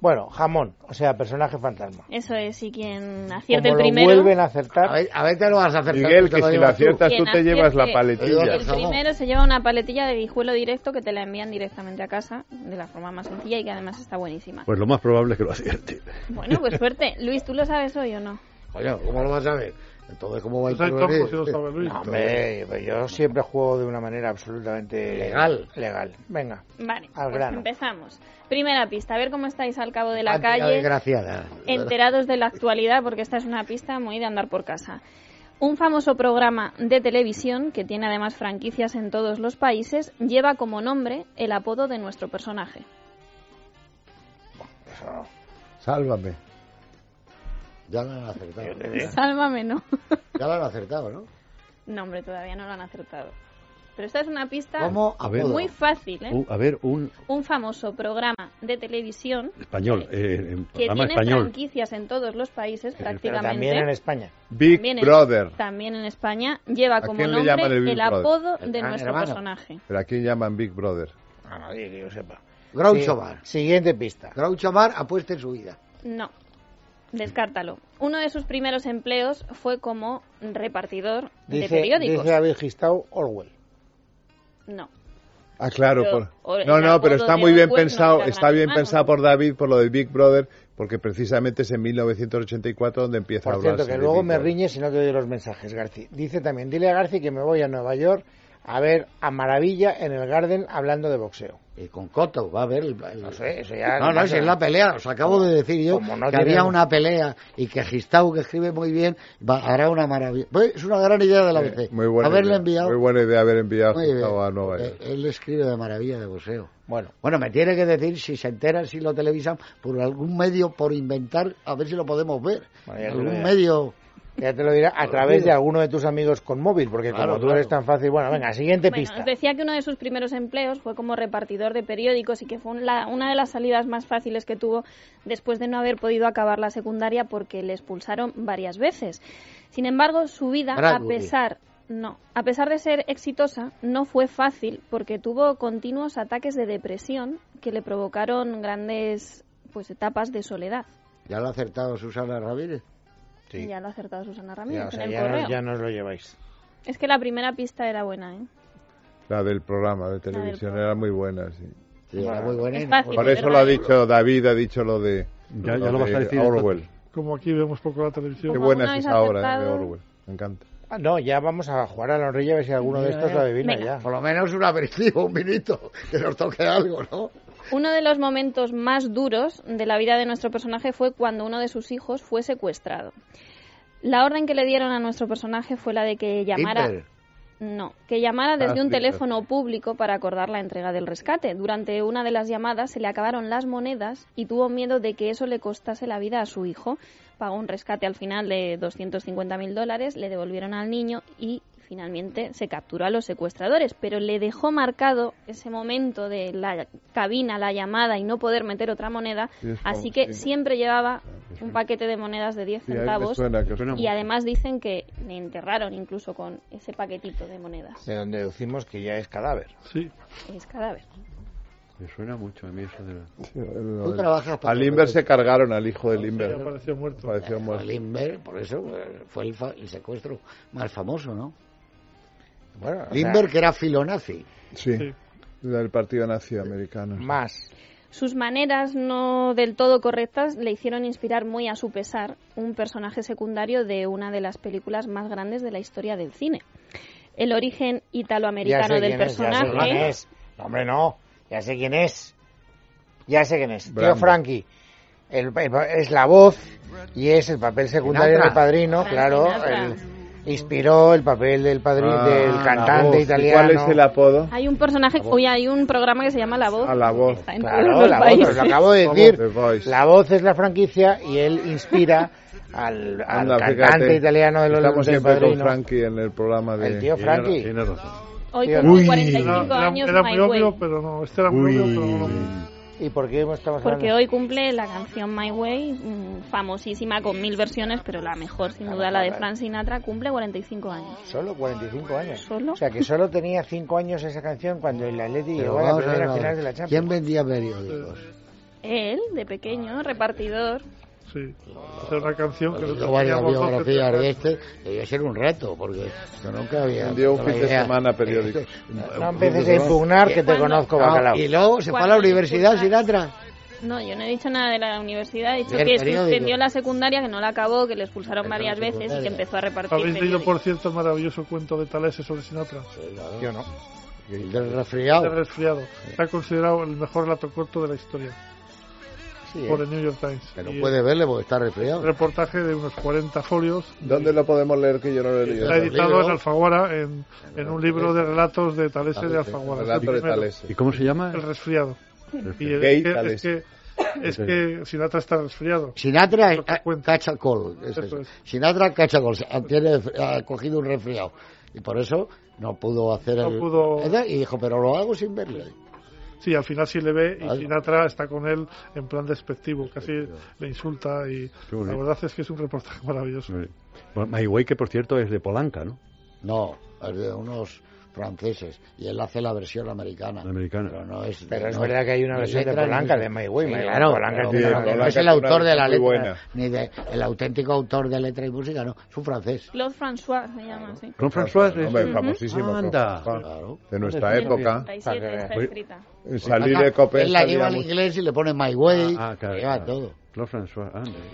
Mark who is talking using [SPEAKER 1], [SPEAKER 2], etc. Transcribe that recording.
[SPEAKER 1] Bueno, jamón, o sea, personaje fantasma.
[SPEAKER 2] Eso es, y quien acierte
[SPEAKER 1] Como
[SPEAKER 2] el
[SPEAKER 1] lo
[SPEAKER 2] primero.
[SPEAKER 1] vuelven a acertar.
[SPEAKER 3] A ver, a ver, te lo vas a hacer.
[SPEAKER 4] Miguel, que si la aciertas tú
[SPEAKER 2] Quien
[SPEAKER 4] te llevas la
[SPEAKER 2] acierte
[SPEAKER 4] paletilla.
[SPEAKER 2] El primero se lleva una paletilla de guijuelo directo que te la envían directamente a casa de la forma más sencilla y que además está buenísima.
[SPEAKER 5] Pues lo más probable es que lo acierte.
[SPEAKER 2] Bueno, pues suerte. Luis, ¿tú lo sabes hoy o no?
[SPEAKER 3] Oye, ¿cómo lo vas a ver? Entonces, ¿cómo va a ir
[SPEAKER 6] Soy tonto, si lo sabe Luis.
[SPEAKER 1] No, hombre, pues yo siempre juego de una manera absolutamente
[SPEAKER 3] Legal.
[SPEAKER 1] Legal. Venga.
[SPEAKER 2] Vale,
[SPEAKER 1] Al
[SPEAKER 2] pues
[SPEAKER 1] grano.
[SPEAKER 2] empezamos. Primera pista, a ver cómo estáis al cabo de la
[SPEAKER 3] Ah, tía
[SPEAKER 2] calle.
[SPEAKER 3] Desgraciada.
[SPEAKER 2] enterados de la actualidad, porque esta es una pista muy de andar por casa. Un famoso programa de televisión, que tiene además franquicias en todos los países, lleva como nombre el apodo de nuestro personaje.
[SPEAKER 1] Eso no.
[SPEAKER 3] Sálvame. Ya lo han acertado.
[SPEAKER 1] Ah.
[SPEAKER 2] Sálvame, ¿no?
[SPEAKER 3] Ya lo han acertado, ¿no?
[SPEAKER 2] No, hombre, todavía no lo han acertado. Pero esta es una pista
[SPEAKER 3] ¿Cómo? A ver.
[SPEAKER 2] muy fácil, ¿eh?
[SPEAKER 5] Uh, a ver, un
[SPEAKER 2] Un famoso programa de televisión
[SPEAKER 5] español, eh, un
[SPEAKER 2] que
[SPEAKER 5] programa
[SPEAKER 2] tiene
[SPEAKER 5] español.
[SPEAKER 2] franquicias en todos los países
[SPEAKER 1] Pero
[SPEAKER 2] prácticamente.
[SPEAKER 1] también en España.
[SPEAKER 4] Big
[SPEAKER 2] También en-
[SPEAKER 4] Brother.
[SPEAKER 2] también en España lleva como
[SPEAKER 4] quién le llaman
[SPEAKER 2] nombre
[SPEAKER 4] el Big
[SPEAKER 2] el
[SPEAKER 4] Brother?
[SPEAKER 2] apodo de
[SPEAKER 3] gran
[SPEAKER 2] nuestro
[SPEAKER 3] hermano.
[SPEAKER 2] personaje.
[SPEAKER 4] ¿Pero a quién llaman Big Brother?
[SPEAKER 1] A nadie Ah, que yo sepa.
[SPEAKER 3] Groucho
[SPEAKER 1] Sí,
[SPEAKER 3] Mar.
[SPEAKER 1] Siguiente pista.
[SPEAKER 3] Groucho Mar apuesta en su vida.
[SPEAKER 2] No, descártalo. Uno de sus primeros empleos fue como repartidor de
[SPEAKER 1] Dice,
[SPEAKER 2] periódicos.
[SPEAKER 1] dice David Gistau Orwell.
[SPEAKER 2] No.
[SPEAKER 4] Ah, claro.
[SPEAKER 2] Pero,
[SPEAKER 4] por-
[SPEAKER 2] o el
[SPEAKER 4] No, no,
[SPEAKER 2] apodo
[SPEAKER 4] pero está
[SPEAKER 2] de
[SPEAKER 4] muy bien
[SPEAKER 2] Orwell no
[SPEAKER 4] pensado,
[SPEAKER 2] era
[SPEAKER 4] está
[SPEAKER 2] gran
[SPEAKER 4] bien
[SPEAKER 2] hermano.
[SPEAKER 4] pensado por David por lo de Big Brother, porque precisamente es en 1984 donde empieza a
[SPEAKER 1] Por
[SPEAKER 4] hablar.
[SPEAKER 1] cierto, que luego
[SPEAKER 4] ¿eh?
[SPEAKER 1] me riñes si no te doy los mensajes, Garci. Dice también, dile a Garci que me voy a Nueva York a ver a Maravilla en el Garden hablando de boxeo.
[SPEAKER 3] Y Eh, con Coto va a ver el... el-
[SPEAKER 1] No sé, eso ya...
[SPEAKER 3] No, no, si es la pelea, os acabo de decir yo
[SPEAKER 1] Como no
[SPEAKER 3] que
[SPEAKER 1] tiene-
[SPEAKER 3] había una pelea y que Gistau, que escribe muy bien, va- hará una maravilla. Pues, es una gran idea de la ABC.
[SPEAKER 4] Muy buena
[SPEAKER 3] Haberle
[SPEAKER 4] idea,
[SPEAKER 3] enviado.
[SPEAKER 4] Muy buena idea haber enviado
[SPEAKER 3] Muy bien.
[SPEAKER 4] Gustavo a Nueva
[SPEAKER 3] Eh,
[SPEAKER 4] York.
[SPEAKER 3] Él escribe de maravilla de boxeo.
[SPEAKER 1] Bueno,
[SPEAKER 3] Bueno, me tiene que decir si se enteran, si lo televisan, por algún medio, por inventar, a ver si lo podemos ver.
[SPEAKER 1] Bueno, ya te lo
[SPEAKER 3] algún
[SPEAKER 1] diré.
[SPEAKER 3] medio.
[SPEAKER 1] ya te lo dirá a través de alguno de tus amigos con móvil, porque
[SPEAKER 3] Claro,
[SPEAKER 1] como tú
[SPEAKER 3] claro.
[SPEAKER 1] eres tan fácil... Bueno, venga, siguiente
[SPEAKER 2] Bueno,
[SPEAKER 1] pista.
[SPEAKER 2] os decía que uno de sus primeros empleos fue como repartidor de periódicos y que fue un- la- una de las salidas más fáciles que tuvo después de no haber podido acabar la secundaria porque le expulsaron varias veces. Sin embargo, su vida, a
[SPEAKER 3] Bradbury.
[SPEAKER 2] pesar no, a pesar de ser exitosa, no fue fácil porque tuvo continuos ataques de depresión que le provocaron grandes pues etapas de soledad.
[SPEAKER 3] Ya lo ha acertado Susana Ramírez.
[SPEAKER 1] Sí.
[SPEAKER 2] Ya lo ha acertado Susana
[SPEAKER 1] Ya,
[SPEAKER 2] Ramírez
[SPEAKER 1] o
[SPEAKER 2] en
[SPEAKER 1] sea,
[SPEAKER 2] el
[SPEAKER 1] ya
[SPEAKER 2] correo.
[SPEAKER 1] nos, ya nos lo lleváis.
[SPEAKER 2] Es que la primera pista era buena, ¿eh?
[SPEAKER 4] La del programa de televisión
[SPEAKER 2] programa.
[SPEAKER 4] era muy buena, sí.
[SPEAKER 3] Sí, era muy buena.
[SPEAKER 2] es
[SPEAKER 3] y-
[SPEAKER 2] fácil.
[SPEAKER 4] Por
[SPEAKER 2] pero
[SPEAKER 4] eso lo ha
[SPEAKER 2] vale.
[SPEAKER 4] dicho David, ha dicho lo de,
[SPEAKER 5] Ya- ya lo vas a
[SPEAKER 4] de
[SPEAKER 5] decir
[SPEAKER 4] Orwell.
[SPEAKER 6] Como aquí vemos poco la
[SPEAKER 4] Qué
[SPEAKER 6] televisión.
[SPEAKER 2] Como
[SPEAKER 4] buena
[SPEAKER 2] alguna
[SPEAKER 4] es
[SPEAKER 2] vez
[SPEAKER 4] esa obra eh, de
[SPEAKER 2] acertado.
[SPEAKER 4] Orwell. Me encanta.
[SPEAKER 1] Ah, no, ya vamos a jugar a la honrilla a ver si alguno de
[SPEAKER 3] Venga,
[SPEAKER 1] estos lo
[SPEAKER 3] venga.
[SPEAKER 1] adivina
[SPEAKER 2] eh. Venga.
[SPEAKER 1] ya.
[SPEAKER 3] Por lo menos un aperitivo, un minuto, que nos toque algo, ¿no?
[SPEAKER 2] Uno de los momentos más duros de la vida de nuestro personaje fue cuando uno de sus hijos fue secuestrado. La orden que le dieron a nuestro personaje fue la de que llamara
[SPEAKER 3] Hitler.
[SPEAKER 2] no, que llamara desde un
[SPEAKER 4] Hitler.
[SPEAKER 2] teléfono público para acordar la entrega del rescate. Durante una de las llamadas se le acabaron las monedas y tuvo miedo de que eso le costase la vida a su hijo. Pagó un rescate al final de 250 mil dólares, le devolvieron al niño y finalmente se capturó a los secuestradores. Pero le dejó marcado ese momento de la cabina, la llamada y no poder meter otra moneda.
[SPEAKER 4] Sí, es
[SPEAKER 2] Así
[SPEAKER 4] como-
[SPEAKER 2] que
[SPEAKER 4] sí.
[SPEAKER 2] siempre llevaba un paquete de monedas de 10
[SPEAKER 4] Sí, a mí me
[SPEAKER 2] centavos.
[SPEAKER 4] suena que
[SPEAKER 5] Suena
[SPEAKER 2] Y además dicen que le enterraron incluso con ese paquetito de monedas.
[SPEAKER 1] De donde deducimos que ya es cadáver.
[SPEAKER 6] Sí,
[SPEAKER 2] Es cadáver.
[SPEAKER 5] Me suena mucho a mí eso de la-
[SPEAKER 3] Tú trabajas para...
[SPEAKER 4] Al Inver se cargaron al hijo del
[SPEAKER 6] ya
[SPEAKER 4] Inver.
[SPEAKER 6] apareció muerto.
[SPEAKER 4] Pareció
[SPEAKER 3] Por
[SPEAKER 4] muerto.
[SPEAKER 3] el Inver, por eso eh, fue el, fa- el secuestro más famoso, ¿no?
[SPEAKER 1] Bueno, o sea,
[SPEAKER 3] Lindbergh, que era filonazi.
[SPEAKER 4] Sí.
[SPEAKER 6] Sí.
[SPEAKER 4] Del partido nazi americano.
[SPEAKER 1] más.
[SPEAKER 2] Sus maneras no del todo correctas le hicieron inspirar muy a su pesar un personaje secundario de una de las películas más grandes de la historia del cine. El origen
[SPEAKER 1] Ya
[SPEAKER 2] italoamericano
[SPEAKER 1] sé
[SPEAKER 2] del
[SPEAKER 1] quién es, ya sé quién
[SPEAKER 2] personaje.
[SPEAKER 1] es. No, hombre, no. Ya sé quién es. Ya sé quién es. Tío
[SPEAKER 4] Brando.
[SPEAKER 1] Frankie. El- el- es la voz y es el papel secundario
[SPEAKER 3] Sinatra.
[SPEAKER 1] del padrino,
[SPEAKER 2] Frank
[SPEAKER 1] claro.
[SPEAKER 2] Sinatra.
[SPEAKER 1] el- inspiró el papel del padrino,
[SPEAKER 4] Ah,
[SPEAKER 1] del
[SPEAKER 4] la
[SPEAKER 1] cantante
[SPEAKER 4] voz. ¿Y
[SPEAKER 1] italiano.
[SPEAKER 4] ¿Cuál es el apodo?
[SPEAKER 2] Hay un personaje, hoy hay un programa que se llama La Voz.
[SPEAKER 4] A la voz.
[SPEAKER 2] Está en todos
[SPEAKER 1] Claro,
[SPEAKER 2] los
[SPEAKER 1] la voz,
[SPEAKER 2] países.
[SPEAKER 1] os lo acabo de
[SPEAKER 4] Vamos, The
[SPEAKER 1] decir.
[SPEAKER 4] Voice.
[SPEAKER 1] La voz es la franquicia y él inspira al, al
[SPEAKER 4] Anda,
[SPEAKER 1] cantante
[SPEAKER 4] fíjate.
[SPEAKER 1] italiano de los
[SPEAKER 4] Estamos
[SPEAKER 1] del
[SPEAKER 4] siempre con
[SPEAKER 1] padrino.
[SPEAKER 4] Frankie en el programa de...
[SPEAKER 1] El tío
[SPEAKER 5] Tiene ra-
[SPEAKER 1] Frankie.
[SPEAKER 5] tiene razón.
[SPEAKER 2] Hoy
[SPEAKER 1] Tío,
[SPEAKER 2] cumple
[SPEAKER 1] uy.
[SPEAKER 2] 45
[SPEAKER 6] Era, era-
[SPEAKER 2] años
[SPEAKER 6] era
[SPEAKER 2] My
[SPEAKER 6] muy
[SPEAKER 2] Way,
[SPEAKER 6] obvio, pero no. Este era muy obvio, pero no.
[SPEAKER 1] ¿Y por qué estamos
[SPEAKER 2] Porque
[SPEAKER 1] hablando?
[SPEAKER 2] hoy cumple la canción My Way, mm, famosísima con mil versiones, pero la mejor sin duda la de Frank Sinatra, cumple 45 años.
[SPEAKER 1] Solo 45 años.
[SPEAKER 2] ¿Solo?
[SPEAKER 1] O sea, que solo tenía 5 años esa canción cuando el Atleti
[SPEAKER 3] Pero
[SPEAKER 1] llegó a la
[SPEAKER 3] vamos a ver,
[SPEAKER 1] primera
[SPEAKER 3] vamos a
[SPEAKER 1] final de
[SPEAKER 3] ver.
[SPEAKER 1] la Champions.
[SPEAKER 3] ¿Quién vendía periódicos?
[SPEAKER 2] Él, de pequeño, repartidor.
[SPEAKER 6] Sí. Hacer una canción que
[SPEAKER 3] Yo
[SPEAKER 6] nosotros
[SPEAKER 3] varias
[SPEAKER 6] teníamos
[SPEAKER 3] biografías
[SPEAKER 6] antes.
[SPEAKER 3] de este, debía ser un reto, porque yo nunca había.
[SPEAKER 4] Un día,
[SPEAKER 3] tenido
[SPEAKER 4] un fin de
[SPEAKER 3] idea.
[SPEAKER 4] semana, periódico.
[SPEAKER 3] Eh,
[SPEAKER 1] No
[SPEAKER 3] un fin de
[SPEAKER 1] empieces a
[SPEAKER 3] semana.
[SPEAKER 1] impugnar que te
[SPEAKER 2] ¿Cuándo?
[SPEAKER 1] conozco,
[SPEAKER 3] Ah,
[SPEAKER 1] bacalao.
[SPEAKER 3] y luego se fue a la universidad, Sinatra.
[SPEAKER 2] No, yo no he dicho nada de la universidad, he dicho
[SPEAKER 3] Del
[SPEAKER 2] que
[SPEAKER 3] periódico.
[SPEAKER 2] suspendió la secundaria, que no la acabó, que le expulsaron
[SPEAKER 3] Pero
[SPEAKER 2] varias
[SPEAKER 3] la
[SPEAKER 2] veces y que
[SPEAKER 3] secundaria.
[SPEAKER 2] empezó a repartir.
[SPEAKER 6] ¿Habéis leído,
[SPEAKER 2] periódicos.
[SPEAKER 6] por cierto, el maravilloso cuento de Talese sobre Sinatra?
[SPEAKER 1] Yo no.
[SPEAKER 3] Y Del
[SPEAKER 6] De
[SPEAKER 3] resfriado.
[SPEAKER 6] resfriado. Está considerado el mejor relato corto de la historia
[SPEAKER 3] Sí,
[SPEAKER 6] por
[SPEAKER 3] eh.
[SPEAKER 6] el New York Times.
[SPEAKER 3] Pero
[SPEAKER 6] Y
[SPEAKER 3] puede verle porque está
[SPEAKER 6] el
[SPEAKER 3] resfriado.
[SPEAKER 6] reportaje de unos 40 folios.
[SPEAKER 4] ¿Dónde lo podemos leer que yo no lo he leído?
[SPEAKER 6] Está
[SPEAKER 3] Claro,
[SPEAKER 6] editado
[SPEAKER 3] libro.
[SPEAKER 6] en Alfaguara, en, en un libro de relatos de Talese de Alfaguara. Es el
[SPEAKER 4] Relato de
[SPEAKER 6] primero,
[SPEAKER 4] Tales.
[SPEAKER 5] ¿Y cómo se llama?
[SPEAKER 6] El resfriado. Y
[SPEAKER 5] El-
[SPEAKER 6] es,
[SPEAKER 4] Gay
[SPEAKER 6] que, es,
[SPEAKER 4] Tales.
[SPEAKER 6] que, es que Sinatra está resfriado.
[SPEAKER 3] Sinatra
[SPEAKER 6] Lo que
[SPEAKER 3] ah,
[SPEAKER 6] cuenta.
[SPEAKER 3] cachacol. es
[SPEAKER 6] Eso
[SPEAKER 3] eso.
[SPEAKER 6] es.
[SPEAKER 3] Sinatra cachacol. se- ah, Tiene, ha cogido un resfriado. Y por eso no pudo hacer
[SPEAKER 6] No
[SPEAKER 3] el.
[SPEAKER 6] pudo-
[SPEAKER 3] ¿verdad? Y dijo, pero lo hago sin verle.
[SPEAKER 6] Sí, al final sí le ve y
[SPEAKER 3] Algo.
[SPEAKER 6] Sinatra está con él en plan despectivo, casi le insulta y la
[SPEAKER 5] bonito.
[SPEAKER 6] verdad es que es un reportaje maravilloso.
[SPEAKER 5] Bueno, My Way, que por cierto es de Polanca, ¿no?
[SPEAKER 3] No, es de unos franceses. Y él hace la versión americana.
[SPEAKER 5] La americana.
[SPEAKER 3] Pero, no es,
[SPEAKER 1] Pero es
[SPEAKER 3] no
[SPEAKER 1] verdad que hay una
[SPEAKER 3] ni
[SPEAKER 1] versión de
[SPEAKER 3] letra ni-
[SPEAKER 1] Polanca de My Way, My Way,
[SPEAKER 3] claro,
[SPEAKER 1] Polanca
[SPEAKER 3] pero
[SPEAKER 1] es una-
[SPEAKER 3] no,
[SPEAKER 4] Polanca
[SPEAKER 3] es
[SPEAKER 4] es
[SPEAKER 3] el
[SPEAKER 4] una
[SPEAKER 3] autor de la
[SPEAKER 4] versión muy
[SPEAKER 3] letra, ni de, el auténtico autor de letra y música, no, es un francés.
[SPEAKER 2] Claude François se llama, sí.
[SPEAKER 5] Con François es...
[SPEAKER 4] Hombre, famosísimo.
[SPEAKER 5] Anda.
[SPEAKER 3] Claro.
[SPEAKER 4] De nuestra época.
[SPEAKER 2] 37 está
[SPEAKER 5] Oye.
[SPEAKER 2] escrita.
[SPEAKER 4] Salí de
[SPEAKER 3] Él
[SPEAKER 4] Copenhague.
[SPEAKER 3] la lleva al inglés y le pone My Way,
[SPEAKER 5] Ah, ah, claro,
[SPEAKER 3] lleva
[SPEAKER 5] claro.
[SPEAKER 3] todo.
[SPEAKER 5] Claude François, anda.